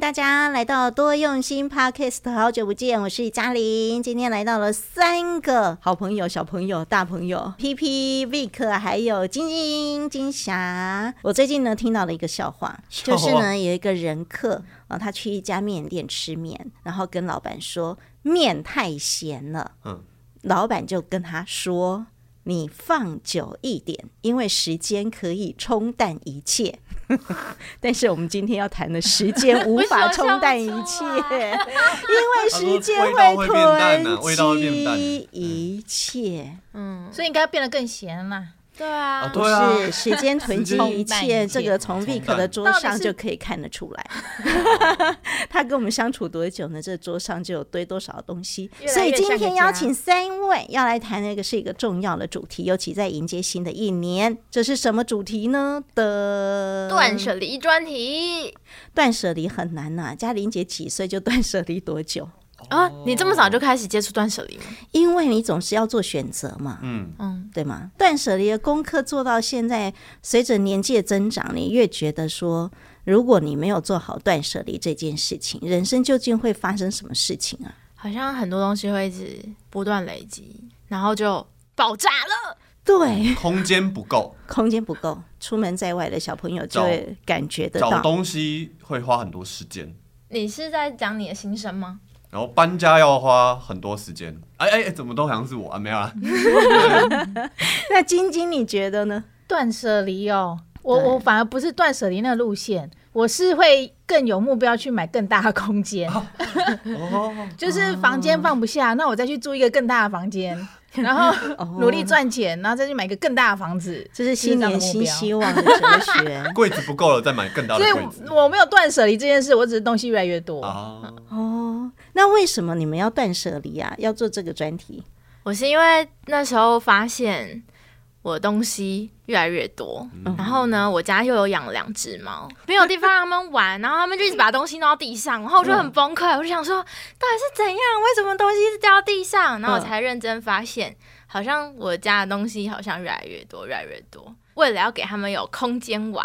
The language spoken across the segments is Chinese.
大家来到多用心 Podcast，好久不见，我是嘉玲。今天来到了三个好朋友、小朋友、大朋友，P P、Vic 还有晶晶、金霞。我最近呢听到了一个笑话，就是呢有一个人客啊，他去一家面店吃面，然后跟老板说面太咸了，嗯，老板就跟他说。你放久一点，因为时间可以冲淡一切。 但是我们今天要谈的时间无法冲淡一切，因为时间味道会变淡啊味道会变囤淡积一切。所以应该变得更咸嘛。对啊，对啊，是时间囤积一冲淡一切，切这个从 Vic 的桌上就可以看得出来。 他跟我们相处多久呢？这桌上就有堆多少东西。越所来以越今像天个邀家请三位要来谈那个是一个重要的主题，尤其在迎接新的一年，这是什么主题呢？的断舍离专题断舍离很难呐、嘉玲姐几岁就断舍离多久？啊！你这么早就开始接触断舍离吗？因为你总是要做选择嘛，嗯，嗯，对吗？断舍离的功课做到现在，随着年纪的增长，你越觉得说，如果你没有做好断舍离这件事情，人生究竟会发生什么事情啊？好像很多东西会一直不断累积，然后就爆炸了。对，空间不够，空间不够，出门在外的小朋友就会感觉得找到。东西会花很多时间，你是在讲你的心声吗？然后搬家要花很多时间。哎哎，哎怎么都好像是我啊？没有啦， 那晶晶，你觉得呢？断舍离哦，我对我反而不是断舍离那路线，我是会更有目标去买更大的空间，哦， 就是房间放不下，那我再去租一个更大的房间，然后努力赚钱，然后再去买个更大的房子，这是新这样年的目新标希望的哲 学柜子不够了，再买更大的所以柜子我我没有断舍离这件事，我只是东西越来越多。啊。哦。那为什么你们要断舍离啊？要做这个专题？我是因为那时候发现我东西越来越多，然后呢，我家又有养两只猫，没有地方让它们玩，然后它们就一直把东西弄到地上，然后我就很崩溃，我就想说到底是怎样，为什么东西一直掉到地上？然后我才认真发现，好像我家的东西好像越来越多，越来越多。为了要给他们有空间玩，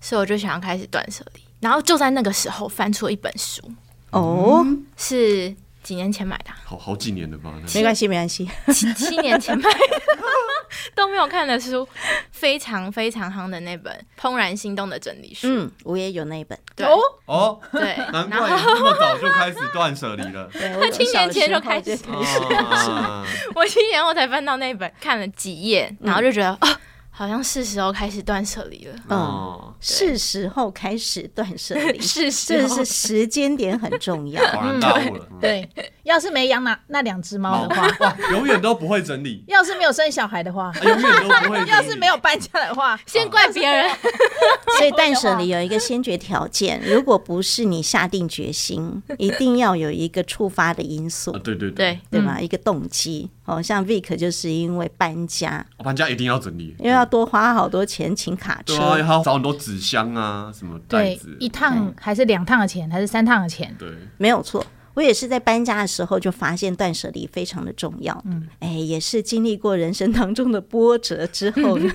所以我就想要开始断舍离。然后就在那个时候翻出了一本书，嗯哦，是几年前买的啊、好好几年了吧？那没关系，没关系。七七年前买的 都没有看的书，非常非常夯的那本《怦然心动的整理书》。嗯，我也有那一本。对、哦，哦，对， 难然怪后你这么早就开始断舍离 了。对， 我七年小前就时候开始就啊，我今年我才翻到那本，看了几页，然后就觉得、嗯哦，好像是时候开始断舍离了。，哦，是时候开始断舍离是时 这候是时间点很重 嗯要。恍然大悟了。哦对，要是没养那那两只猫的话，哇，永远都不会整理， 要是没有生小孩的话，啊永远都不会。要是没有，搬家的话，先怪别人，所以断舍离有一个先决条件，如果不是你下定决心，一定要有一个触发的因素嗯啊，，对对 对，对吧？一个动机。哦，像 Vic 就是因为搬家，我哦搬家一定要整理，因为要多花好多钱请卡对啊，车，还要找很多纸箱啊，什么袋对子，，一趟还是两趟的钱，还是三趟的钱？对。没有错。我也是在搬家的时候就发现断舍离非常的重要，嗯，哎，也是经历过人生当中的波折之后呢，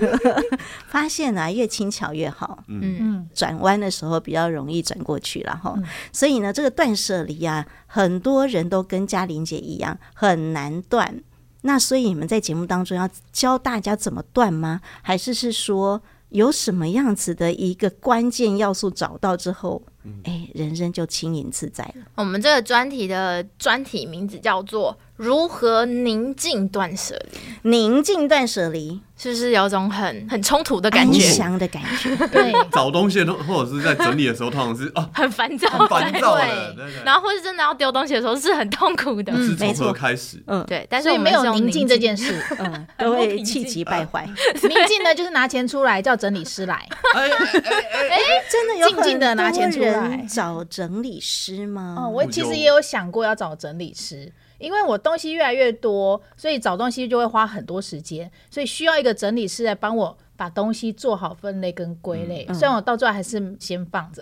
发现啊越轻巧越好，嗯，转弯的时候比较容易转过去然后、所以呢，这个断舍离啊，很多人都跟嘉玲姐一样很难断。那所以你们在节目当中要教大家怎么断吗？还是是说有什么样子的一个关键要素找到之后，哎、人生就轻盈自在了？我们这个专题的专题名字叫做“如何宁静断舍离宁静断舍离，”，是不是有种很很冲突的感安觉，嗯详的感 觉。对，找东西的时候或者是在整理的时候，通常是啊， 很烦躁，很烦躁的，对。对对 然后或是真的要丢东西的时候是很痛苦的，是没从错何开始？对，但是嗯所我以们没是有用宁静这 件事。嗯，都会气急败坏，宁静呢，就是拿钱出来叫整理 师来。哎哎哎哎，真的有静静地拿很钱多出来人找整理师吗？哦，我其实也有想过要找整理师，因为我东西越来越多，所以找东西就会花很多时间，所以需要一个整理师来帮我。把东西做好分类跟嗯归类，嗯虽然我到最后还是先放着，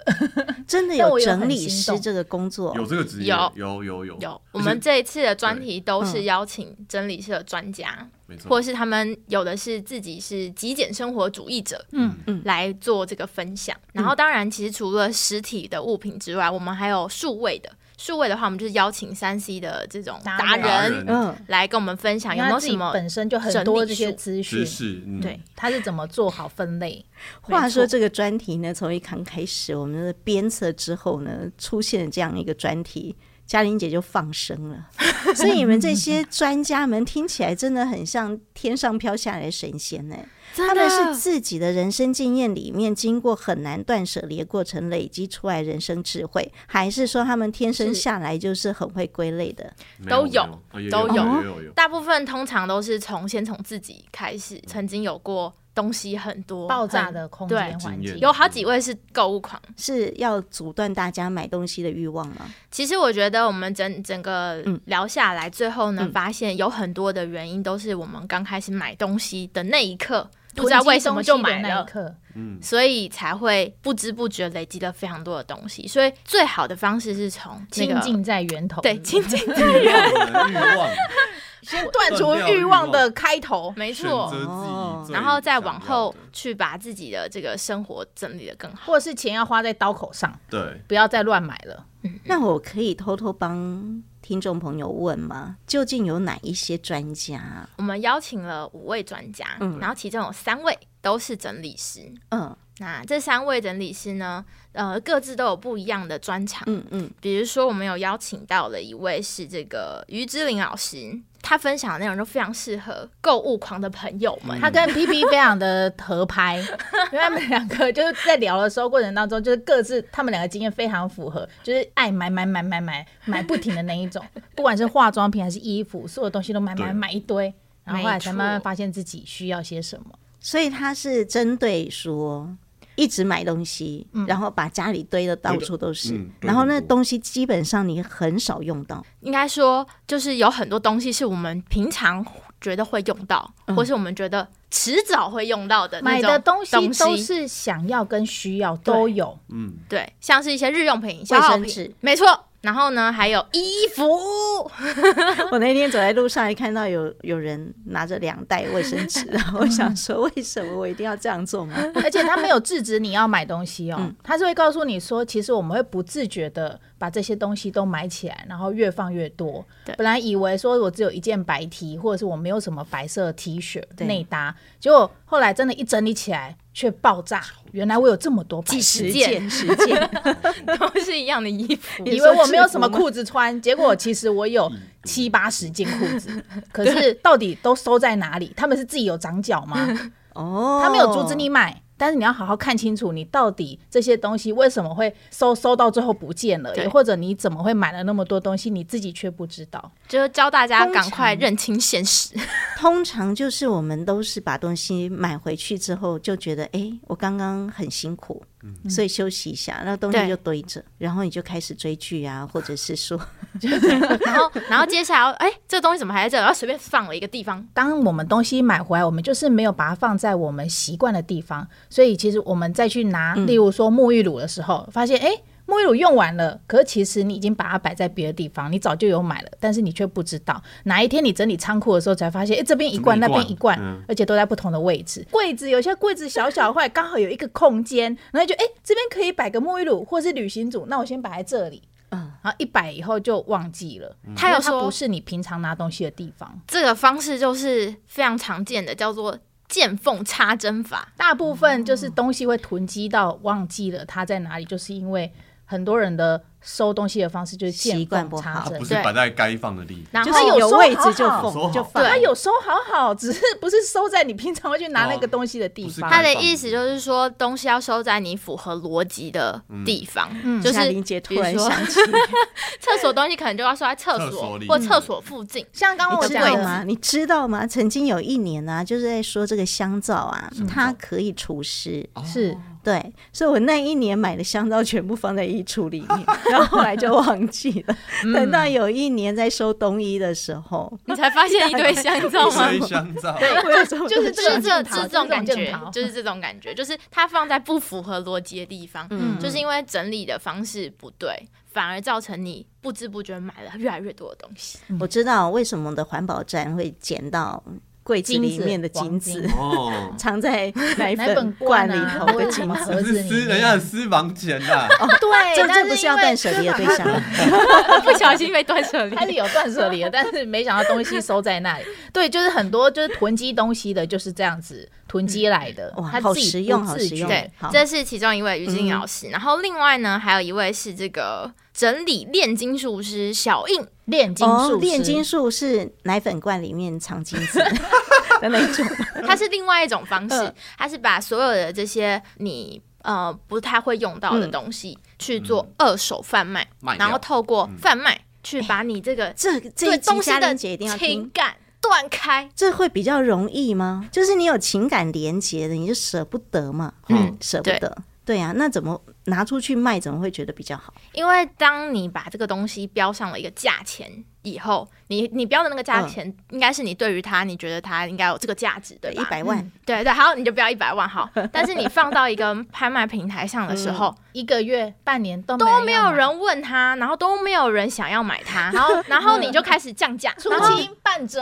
真的但有我有整很理心师动这个工作，有这个职业，有有有有有，我们这一次的专题都嗯是邀请整理师的专家，没错，或者是他们有的是自己是极简生活主义者嗯来做这个分享。然后当然，其实除了实体的物品之外，我们还有数位的。数位的话，我们就是邀请三 C 的这种达达人人嗯来跟我们分享有没因为有他自己什么本身就很多这些整理术资讯知，识，嗯对，他是怎么做好 分类？话说没错这个专题呢，从一刚开始我们的鞭策之后呢，出现了这样一个专题，嘉玲姐就放生了。 所以你们这些专家们听起来真的很像天上飘下来的神仙呢、他们真的是自己的人生经验里面，经过很难断舍离的过程累积出来人生智慧，还是说他们天生是下来就是很会归类的？没都没有啊也都有有也有有，大部分通常都是从先从自己开始，曾经有过东西很多爆炸很的空对间环经境验，有好几位是购物狂。是要阻断大家买东西的欲望吗？其实我觉得我们整整个嗯聊下来，最后呢，嗯发现有很多的原因都是我们刚开始买东西的那一刻，不囤知道积为什东么西就的买那一了，刻，嗯，所以才会不知不觉累积了非常多的东西。所以最好的方式是从那亲个近嗯在源头，对亲近，欲望欲望，先断除断掉欲欲望望的开头。没选错择。自己最然后再想往要后的去把自己的这个生活整理的更好。或者是钱要花在刀口上，对，不要再乱买了。嗯那我可以偷偷帮听众朋友问吗？究竟有哪一些专家？我们邀请了五位专家，嗯然后其中有三位都是整理师。嗯那这三位整理师呢，呃，各自都有不一样的专长。嗯嗯，比如说，我们有邀请到了一位是这个于之玲老师，他分享的内容就非常适合购物狂的朋友们。他跟 P P 非常的合拍，因为他们两个就是在聊的时候过程当中，就是各自他们两个经验非常符合，就是爱买买买买买买不停的那一 种，不管是化妆品还是衣服，所有东西都买买对买一堆，然后后来没才错慢慢发现自己需要些什么。所以他是针对说。一直买东西，嗯然后把家里堆的到处都是，堆得嗯堆然后很那多东西基本上你很少用到，应该说，就是有很多东西是我们平常觉得会用到，或是我们觉得迟早会用到的那嗯买种的东西东都是想要跟需要都有，嗯，对，像是一些日用品、消耗卫生品纸，没错。然后呢，还有衣服， 我那天走在路上，一看到有有人拿着两袋卫生纸，然后我想说，为什么我一定要这样做吗？ 而且他没有制止你要买东西哦，他是会告诉你说，其实我们会不自觉的把这些东西都买起来，然后越放越多。对本来以为说我只有一件白 T，或者是我没有什么白色 T 恤对内搭，结果后来真的，一整理起来却爆炸，原来我有这么多白几色。十实件践实践，都是一样的衣 服。你以说为我没有什么制服吗裤子穿，结果其实我有七八十件裤子，可是到底都收在哪里？他们是自己有长脚吗？哦，他没有阻止你买，但是你要好好看清楚，你到底这些东西为什么会收收到最后不见了，对也或者你怎么会买了那么多东西，你自己却不知道。就是教大家通赶快常认清现实。 通常就是我们都是把东西买回去之后，就觉得哎、诶我刚刚很辛苦，所以休息一下，那东西对就堆着，然后你就开始追剧啊，或者是说，然后，然后接下来，哎、这个东西怎么还在这？然后随便放了一个地方，当我们东西买回来，我们就是没有把它放在我们习惯的地方，所以其实我们再去拿，例如说沐浴乳的时候，发现哎。诶沐浴乳用完了，可是其实你已经把它摆在别的地方，你早就有买了，但是你却不知道。哪一天你整理仓库的时候，才发现，哎、这边一罐，这那边一边罐一罐，嗯而且都在不同的位置。柜子有些柜子小小，后来刚好有一个空间，然后就哎、诶这边可以摆个沐浴乳或是旅行组，那我先摆在这里。嗯嗯，然后一摆以后就忘记了，他有因为它说不是你平常拿东西的地方。这个方式就是非常常见的，叫做见缝插针法。大部分就是东西会囤积到忘记了它在哪里，就是因为很多人的收东西的方式就是见习惯不缝插好针啊不是摆在该放的地方，然就后是有有收位置就好好缝就有收放好它对。有收好好，只是不是收在你平常会去拿那个东西的地不是方。他的意思就是说，东西要收在你符合逻辑的地方，就是夏玲姐突然比如说想起，厕所东西可能就要收在厕厕所里或厕所附近。像刚刚我你知讲道的，吗？你知道吗？曾经有一年啊，就是在说这个香皂啊，它可以除湿，是对，所以我那一年买的香皂全部放在衣橱里 面，然后后来就忘记了。嗯等到有一年在收冬衣的时候，你才发现一堆香，你 知道吗？一堆香皂，我有这么就是多就这香是这就是种这这种种感正觉常，就是这种感觉，就是它放在不符合逻辑的地方，嗯就是因为整理的方式不对，反而造成你不知不觉买了越来越多的东西。我知道为什么我们的环保站会捡到柜子里金子面的金黄子，金，哦 藏在奶奶粉粉罐里啊头或的者什金么子。盒是子私里人家的面。私房钱啊啦。对，这这但不是是因要为断舍离的对象，不小心被断舍离。它是有断舍离的，但是没想到东西收在那里。对，就是很多就是囤积东西的，就是这样子囤积来的。哇他好自己实不用好自实觉用对好，嗯这是其中一位于静老师，然后另外呢，还有一位是这个整理炼金术师小印，炼金哦术，，炼金。术是奶粉罐里面藏金 子的那一种。它是另外一种方式嗯，它是把所有的这些你呃不太会用到的东西嗯去做二手贩卖卖，掉然后透过贩卖去把你这个这这对一集东西嘉的玲姐一定要情听，感断开。这会比较容易吗？就是你有情感连结的，你就舍不得嘛，嗯舍不对得。对啊，那怎么拿出去卖，怎么会觉得比较好？因为当你把这个东西标上了一个价钱以后，你你标的那个嗯价钱应该是你对于它，你觉得它应该有这个价值，对一吧？百万，对对，好，你就标一百万好。但是你放到一个拍卖平台上的时候，一个月、半年都都没有有人人问他，然后都没有人想要买它，然后然后你就开始降价，出然后清半折，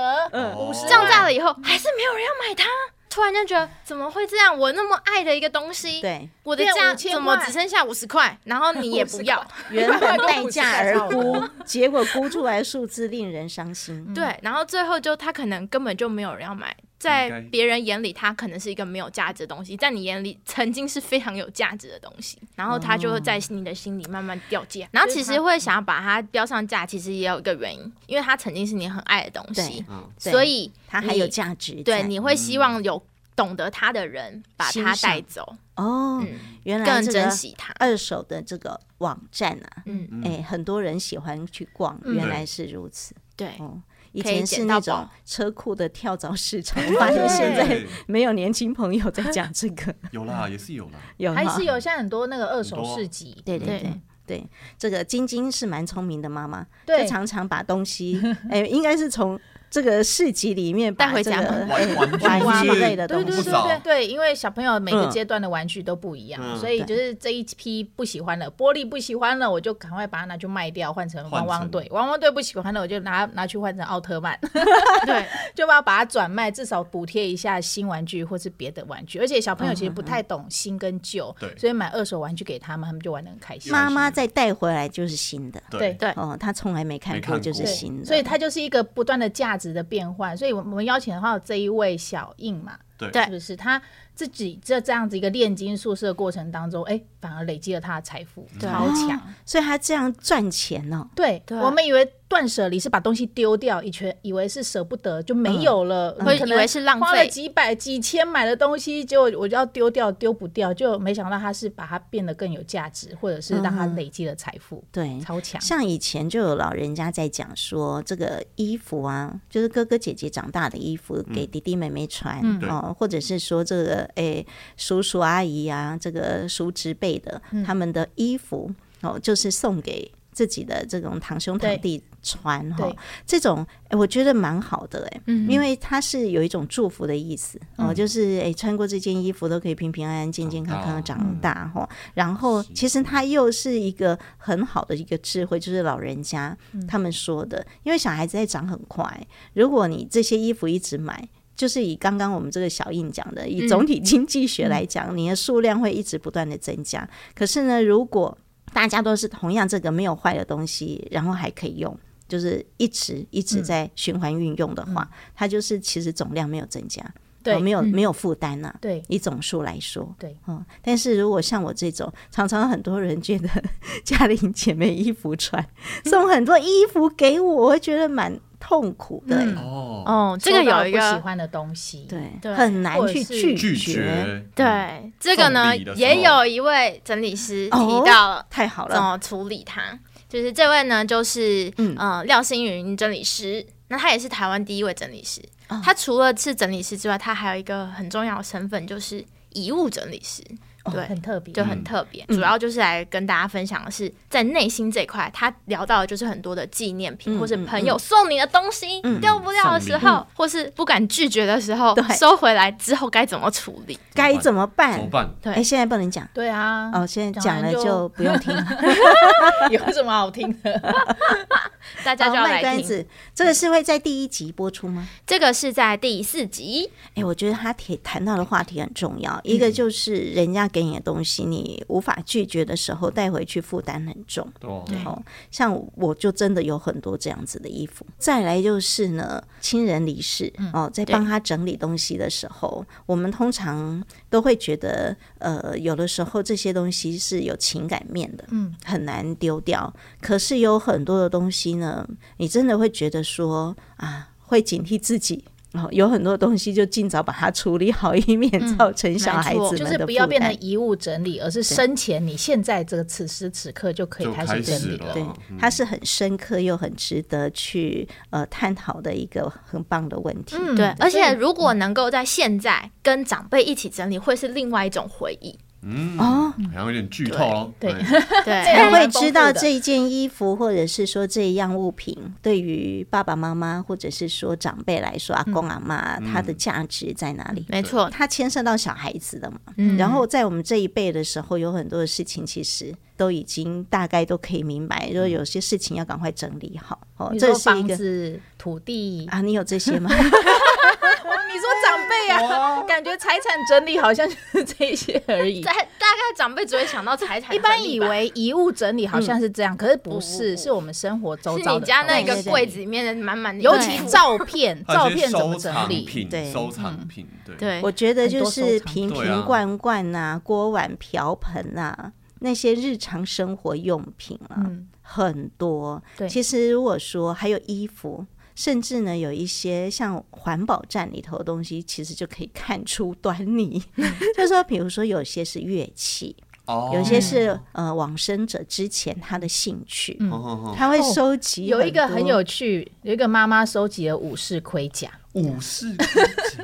五十降价了以后，还是没有人要买它。突然就觉得怎么会这样？我那么爱的一个东西，对，我的变价5000怎么块只剩下五十块？然后你也不要，原本待价而一百沽，结果估出来数字令人伤心。对，然后最后就他可能根本就没有人要买，应在该别人眼里他可能是一个没有价值的东西，在你眼里曾经是非常有价值的东西，然后他就会在你的心里慢慢掉价。然后其实会想要把它标上价，其实也有一个原因，因为它曾经是你很爱的东西对，嗯，对所以它还有你价值在。对你会希望有懂得它的人把欣它赏带走，哦，原来嗯更这珍个惜它。二手的这个网站啊，嗯，哎、很多人喜欢去逛，嗯原来是如此。对，哦，以可以前是捡那到种宝车库的跳蚤市 场，我发现现在对没有年轻朋友在讲这个，有啦，也是有啦。有还哈是有现在很多那个二手很多市集，对对对对。对，这个晶晶是蛮聪明的妈妈，对就常常把东西， 哎、应该是从这个市集里面带回家把这个吗哎玩玩具玩具类的东西，对对不对少对对，因为小朋友每个嗯阶段的玩具都不一样，嗯所以就是这一批不喜欢了，玻璃不喜欢了，我就赶快把它拿去卖掉，换成汪汪队。汪汪队不喜欢了，我就拿拿去换成奥特曼，对， 就把它把它转卖，至少补贴一下新玩具或是别的玩具。而且小朋友其实不太懂新跟旧，对所以买二手玩具给他们，他们就玩的很开心。妈妈再带回来就是新的，对对，对哦，她从来没看没过看就是过对新的，所以它就是一个不断的价值的变换。所以我们我们邀请的话，有这一位小印嘛，对对是不是？他自己这这样子一个炼金术士的过程当中，哎、反而累积了他的财富，对超强。所以她这样赚钱哦，对啊对我们以为断舍离是把东西丢掉，以前以为是舍不得就没有了，嗯可会以为是浪费花了几百几千买的东西，结果我就要丢掉，丢不掉，就没想到他是把它变得更有价值，或者是让嗯他累积了财富，对，超强。像以前就有老人家在讲说，这个衣服啊，就是哥哥姐姐长大的衣服给弟弟妹妹穿、嗯哦，或者是说这个诶、叔叔阿姨啊，这个叔侄辈的、嗯他们的衣服哦，就是送给自己的这种堂兄堂弟穿哦哈、对这种、诶我觉得蛮好的诶，嗯因为它是有一种祝福的意思、哦，就是诶、穿过这件衣服都可以平平安安、健健康康的长长大哈、然后其实它又是一个很好的一个智慧，就是老人家他们说的，因为小孩子在长很快，如果你这些衣服一直买。就是以刚刚我们这个小印讲的，以总体经济学来讲，你的数量会一直不断的增加。可是呢，如果大家都是同样这个没有坏的东西，然后还可以用，就是一直一直在循环运用的话，它就是其实总量没有增加，对哦没有嗯没有负担呐。对以总数来说，对，嗯，但是如果像我这种，常常很多人觉得嘉玲姐没衣服穿，送很多衣服给我，我会觉得蛮痛苦的、嗯哦，哦，这个收到有一不喜个欢的东西，对，对很难或者去是拒拒绝，嗯对这个呢，送礼的时候也有一位整理师哦提到太好怎了，么处理它。就是这位呢，就是嗯呃廖星云整理师，那他也是台湾第一位整理师。哦他除了是整理师之外，他还有一个很重要的身份，就是遗物整理师。哦对，很特别。就很特别。嗯主要就是来跟大家分享的是，在内心这一块，他聊到的就是很多的纪念嗯品，或是朋友送你的东西、丢不掉的时候，或是不敢拒绝的时候对，收回来之后该怎么处理？该怎么怎么办？办？对哎，现在不能讲对啊，哦，现在讲了讲完就就不用听了。 有什么好听的？大家就要好卖来关听。子，这个是会在第一集播出吗？这个是在第四集，哎，我觉得他提谈到的话题很重要，一个就是人家给你的东西，你无法拒绝的时候，带回去负担很重。对吧？哦，像我就真的有很多这样子的衣服。再来就是呢，亲人离世嗯哦，在帮他整理东西的时候，我们通常都会觉得，呃，有的时候这些东西是有情感面的，嗯，很难丢掉。可是有很多的东西呢，你真的会觉得说啊，会警惕自己。哦，有很多东西就尽早把它处理好，以免造成小孩子们没的错嗯就负是担。不要变成遗物整理，而是生前你现在这个此时此刻就可以就开开始整始理了了。对，它是很深刻又很值得去呃探讨的一个很棒的问题。嗯对，而所以且如果能够在现在跟长辈一起整理，会是另外一种回 忆。嗯，哦，好像有点剧透哦。对哎，这对样他还蛮会丰富的知道这一件衣服，或者是说这一样物品，对于爸爸妈妈或者是说长辈来说，阿公阿妈，它的价值在哪里？没错，它牵涉到小孩子的嘛。嗯然后在我们这一辈的时候，有很多的事情其实都已经大概都可以明白，说有些事情要赶快整理好。哦，你这说是一房个子、土地，啊，你有这些吗？你说长 辈啊，感觉财产整理好像就是这些而 已在。大概长辈只会想到财产整一理吧，般以为遗物整理好像是这样，可是不不是，不是我们生活周是遭的你家那东个西柜子里面的满满的衣服，尤其 照 片，还有照一些片怎么收整藏理？对品，收藏品，对对我觉得很就多收是藏瓶对瓶啊罐罐呐、锅碗瓢盆呐、那些日常生活用品啊，嗯很多。对其实如果说还有衣服。甚至呢，有一些像环保站里头的东西，其实就可以看出端倪。嗯 就是说，比如说有些是乐器，哦，有些是呃往生者之前他的兴趣，哦哦哦他会哦收集、有一个很有趣，有一个妈妈收集了武士盔甲，武士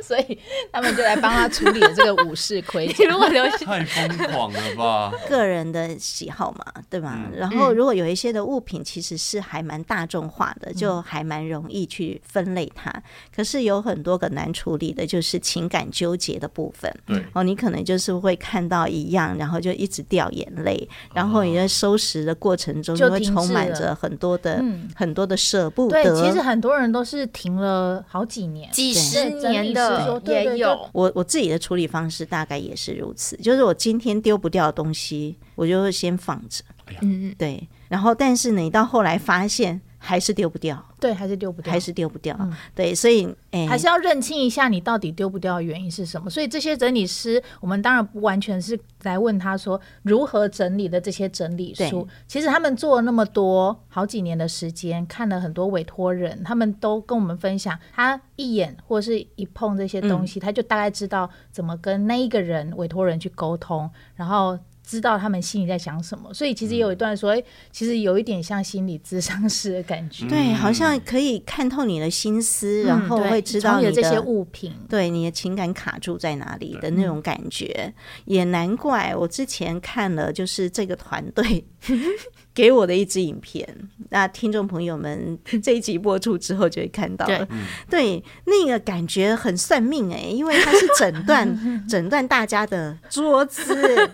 所以他们就来帮她处理了这个武士盔甲。 你如果留下太疯狂了吧？个人的喜好嘛，对吧？然嗯后如果有一些的物品其实是还蛮大众化的，嗯就还蛮容易去分类它。可是有很多个难处理的，就是情感纠结的部分。对哦，你可能就是会看到一样，然后就一直掉眼泪，然后你在收拾的过程中就会停充滞满了着很多的、嗯很多的舍不对得。，其实很多人都是停了好几年，几十对年整理师说的对对也有，我我自己的处理方式大概也是如此，就是我今天丢不掉的东西，我就会先放着。嗯，对，然后但是呢，你到后来发现还是丢不掉，对，还是丢不掉，还是丢不掉。对，所以哎，嗯还是要认清一下你到底丢不掉的原因是什么。所以这些整理师，我们当然不完全是来问他说如何整理的这些整理对书，其实他们做了那么多好几年的时间，看了很多委托人，他们都跟我们分享，他一眼或是一碰这些东西，他就大概知道怎么跟那一个人委托人去沟通，然后。知道他们心里在想什么，所以其实也有一段说，哎、其实有一点像心理咨商师的感觉，对，好像可以看透你的心思，嗯然后对会知从道你你的的这些物品，对你的情感卡住在哪里的那种感觉，也难怪我之前看了就是这个团队 给我的一支影片，那听众朋友 们这一集播出之后就会看到了对，对那个感觉很算命哎、因为它是诊 断诊断大家的桌子。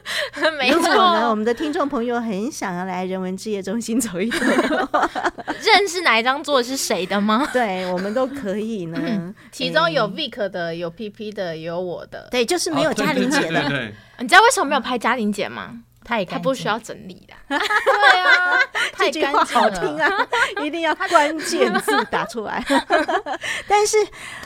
没如果呢，我错，们的听众朋友很想要来人文置业中心走 一走，认识哪一张桌是谁的吗？对我们都可以呢。其中有嗯 Vic 的，有 PP 的，有我的，对，就是没有嘉玲姐哦啊对对的，对对 你知道为什么没有拍嘉玲姐吗？太她干净不需要整理的， 对啊，太这句话干净好了。听啊，一定要关键字打出 来。但是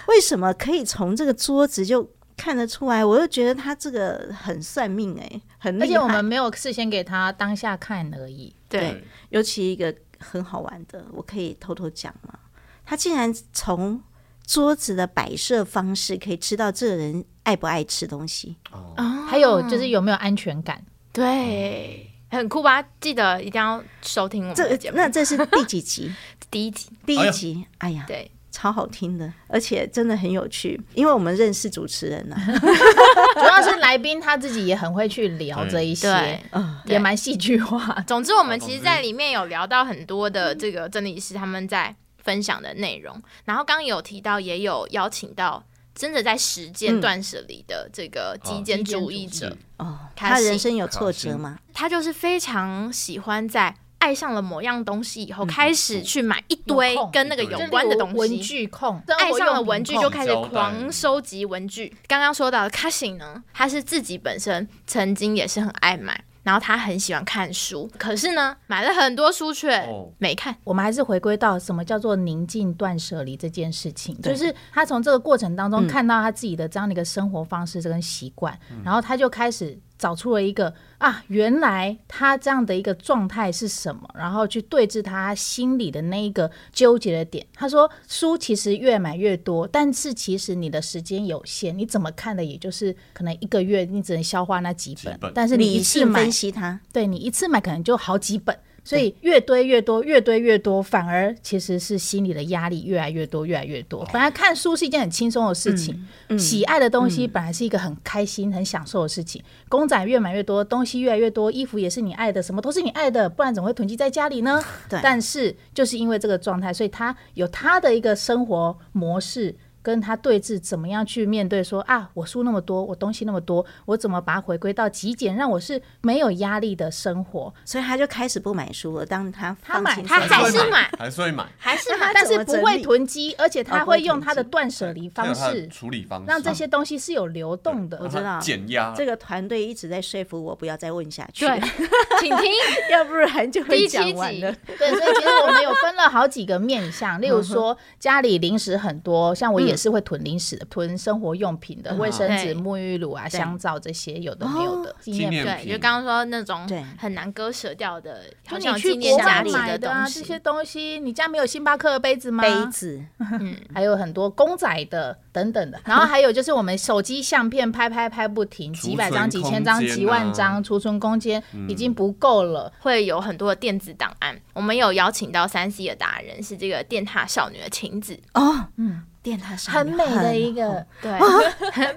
为什么可以从这个桌子就看得出来？我又觉得他这个很算命哎、很厉害。而且我们没有事先给他当下看而已，对，对尤其一个很好玩的，我可以偷偷讲吗？他竟然从桌子的摆设方式可以知道这个人爱不爱吃东西。哦还有就是有没有安全感？对，很酷吧？记得一定要收听我们这的节目，那这是第几集？第一集，第哎一呀集，哎呀，对，超好听的，而且真的很有趣，因为我们认识主持人呐、主要是来宾他自己也很会去聊这一些对，嗯也蛮戏剧化。总之，我们其实在里面有聊到很多的这个整理师他们在分享的内容，然后刚刚有提到，也有邀请到真的在实践断舍离的这个极简主义者，哦，他他人信生有挫折吗？他就是非常喜欢在爱上了某样东西以后，开始去买一堆有空跟那个一堆有关的东就是文西。具控，爱上了生活用品文具控就开始胶带狂收集文具。刚刚说到的 Cushing 呢，他是自己本身曾经也是很爱买，然后他很喜欢看书，可是呢，买了很多书却哦没看。我们还是回归到什么叫做宁静断舍离这件事情，对就是他从这个过程当嗯中看到他自己的这样的一个生活方式跟习惯，然后他就开始找出了一个啊，原来他这样的一个状态是什么，然后去对峙他心里的那一个纠结的点。他说，书其实越买越多，但是其实你的时间有限，你怎么看的也就是可能一个月你只能消化那几本，几本但是你理一次性买分析他，对你一次买可能就好几本，所以越堆越多，越堆越多，反而其实是心里的压力越来越多，越来越多。本来看书是一件很轻松的事情，喜爱的东嗯西本来是一个很开心、很享受的事情。公仔越买越多，东西越来越多，衣服也是你爱的，什么都是你爱的，不然怎么会囤积在家里呢？对但是就是因为这个状态，所以他有他的一个生活模式。跟他对峙，怎么样去面对说啊，我书那么多，我东西那么多，我怎么把它回归到极简，让我是没有压力的生活？所以他就开始不买书了。当他他买放轻他松还之后是买还是会买，还是买他但怎是么不整会理囤积，而且哦他不会会用囤他的积断舍离它有方它的式，处理方式，让这些东西是有流动的。我知道减压这个团队一直在说服我不要再问下去，对，请 听要不然就第会七讲完了集。。对，所以其实我们有分了好几个面嗯向，例如说家里零食很多，像我也是会囤零食的，囤生活用品的，卫生嗯对纸、哦沐浴乳啊、对香皂这些有的没有的纪纪念念品。变对，频就刚刚说那种对很难割舍掉的，就好像你有去纪念国价外值买东啊，这西。些东西，你家没有星巴克的杯子吗？杯子，还有很多公仔的等等的，然后还有就是我们手机相片拍拍拍不停，储存几百张、几千张、空间啊嗯几万张，储存空间已经不够了。会有很多的电子档案，我们有邀请到三 C 的达人，是这个电塔少女的晴子，哦，嗯，电塔上很美的一个，对，啊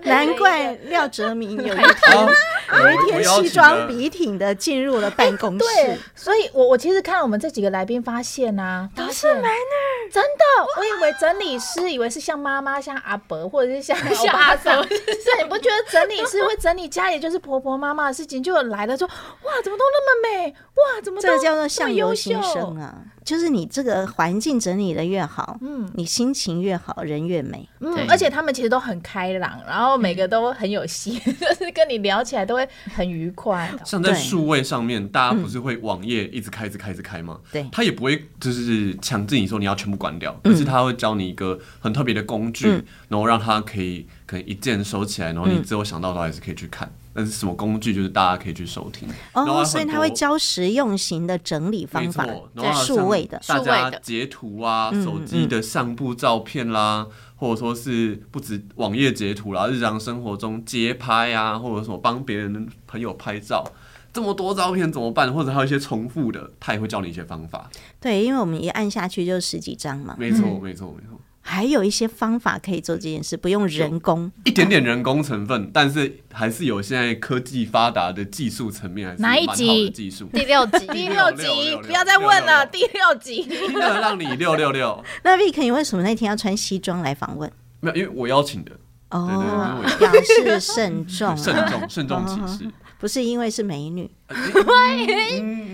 难怪廖哲明有一天啊有一我天邀请西装的笔挺的进入了办公哎对室，，所以我我其实看了我们这几个来宾，发现啊，都是美女，真的，我以为整理师以为是像妈妈、像阿伯，或者 是像像阿伯 欧巴桑对，你不觉得整理师会整理家里就是婆婆妈妈的事情，就有来了说，哇，怎么都那么美，哇，怎么都这个叫做这么相优由秀心生啊，就是你这个环境整理的越好，嗯，你心情越好，人越美。对嗯，而且他们其实都很开朗，然后每个都很有戏，嗯 就是跟你聊起来都会很愉快。 像在对嗯数位上面，大家不是会网页一直开、一直开、一直开吗？对嗯他也不会就是强制你说你要全部关掉，可是他会教你一个很特别的工具，然后让他可以可能一键收起来，然后嗯你之后想到的还是可以去看。但是什么工具，就是大家可以去收听。然后还有哦，很所以他多会教实用型的整理没方错法，，然后还有数像位的，大数家位的截图啊，手机的相簿照片啦，或者说是不止网页截图啦，日常生活中街拍啊，或者什么帮别人朋友拍照。这么多照片怎么办？或者还有一些重复的，他也会教你一些方法。对，因为我们一按下去就十几张嘛，没错，没错，没错，还有一些方法可以做这件事，不用人工。一点点人工成分，但是还是有现在科技发达的技术层面，还是哪一蛮好集的技术。第六集， 第六六六六集六不要再问了，六第六集。听了让你六六六，那 Vic，你为什么那天要穿西装来访问？没有，因为我邀请的，哦，对表示慎重 慎啊，重，慎重其事。 不是因为是美女，嗯嗯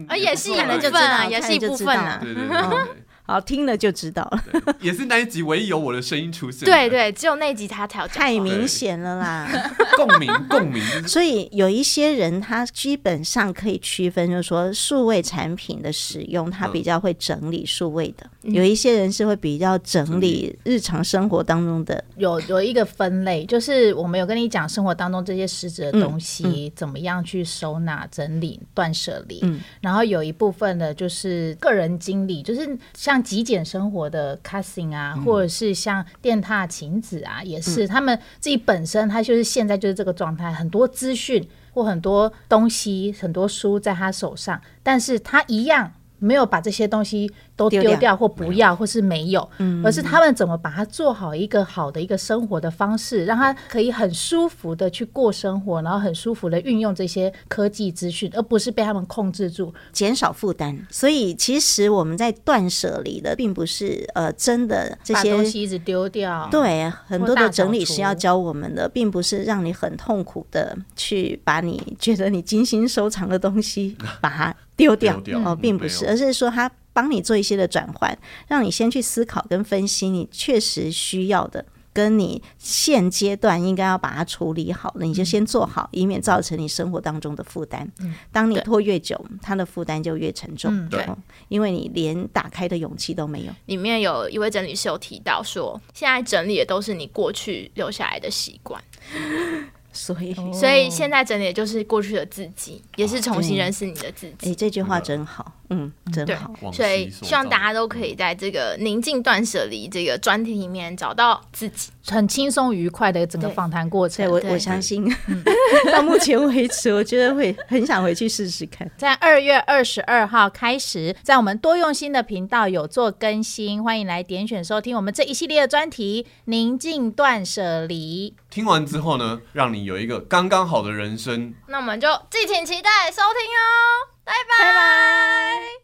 嗯，啊，也是一嗯看了就部知道分啊，看了也是一就部知分道啊。对对对对对。好听了就知道了，对，也是那一集唯一有我的声音出现。对，对，只有那集他才有讲话太明显了啦。共鸣共鸣，所以有一些人他基本上可以区分，就是说数位产品的使用，他比较会整理数位的；嗯有一些人是会比较整理日常生活当中的。有有一个分类，就是我们有跟你讲生活当中这些实质的东嗯西、怎么样去收纳、整理、断舍离，嗯然后有一部分的就是个人经历，就是像极简生活的 Casing 啊，嗯或者是像电踏晴子啊，也是、他们自己本身，他就是现在就是这个状态，很多资讯或很多东西、很多书在他手上，但是他一样。没有把这些东西都丢丢掉掉或不要，或是没有，嗯而是他们怎么把它做好一个好的一个生活的方式，让他可以很舒服的去过生活，然后很舒服的运用这些科技资讯，而不是被他们控制住。减少负担。所以其实我们在断舍离的，并不是呃真的这把些东西一直丢掉，对，很多啊大的扫整理师除要教我们的，并不是让你很痛苦的去把你 觉得你精心收藏的东西把它丢掉，丢掉哦、嗯并不是，没有而是说它帮你做一些的转换，让你先去思考跟分析你确实需要的。跟你现阶段应该要把它处理好了，你就先做好，以免造成你生活当中的负担。当你对拖越久，它的负担就越沉重。嗯对哦，因为你连打开的勇气都没有。里面有一位整理师有提到说，现在整理的都是你过去留下来的习惯，所以，哎、所以现在整理的就是过去的自己，也是重新认识你的自己。哎这句话这个真好，嗯，真对好。往昔所以所希望造大家都可以在这个宁静断舍离这个专题里面找到自己。很轻松愉快的整个对访谈过对程。我对我相信， 到目前为止，我觉得会很想回去试试看。在二月二十二号开始，在我们多用心的频道有做更新，欢迎来点选收听我们这一系列的专题《宁静断舍离》。听完之后呢，让你有一个刚刚好的人生。那我们就敬请期待收听哦，拜拜。拜拜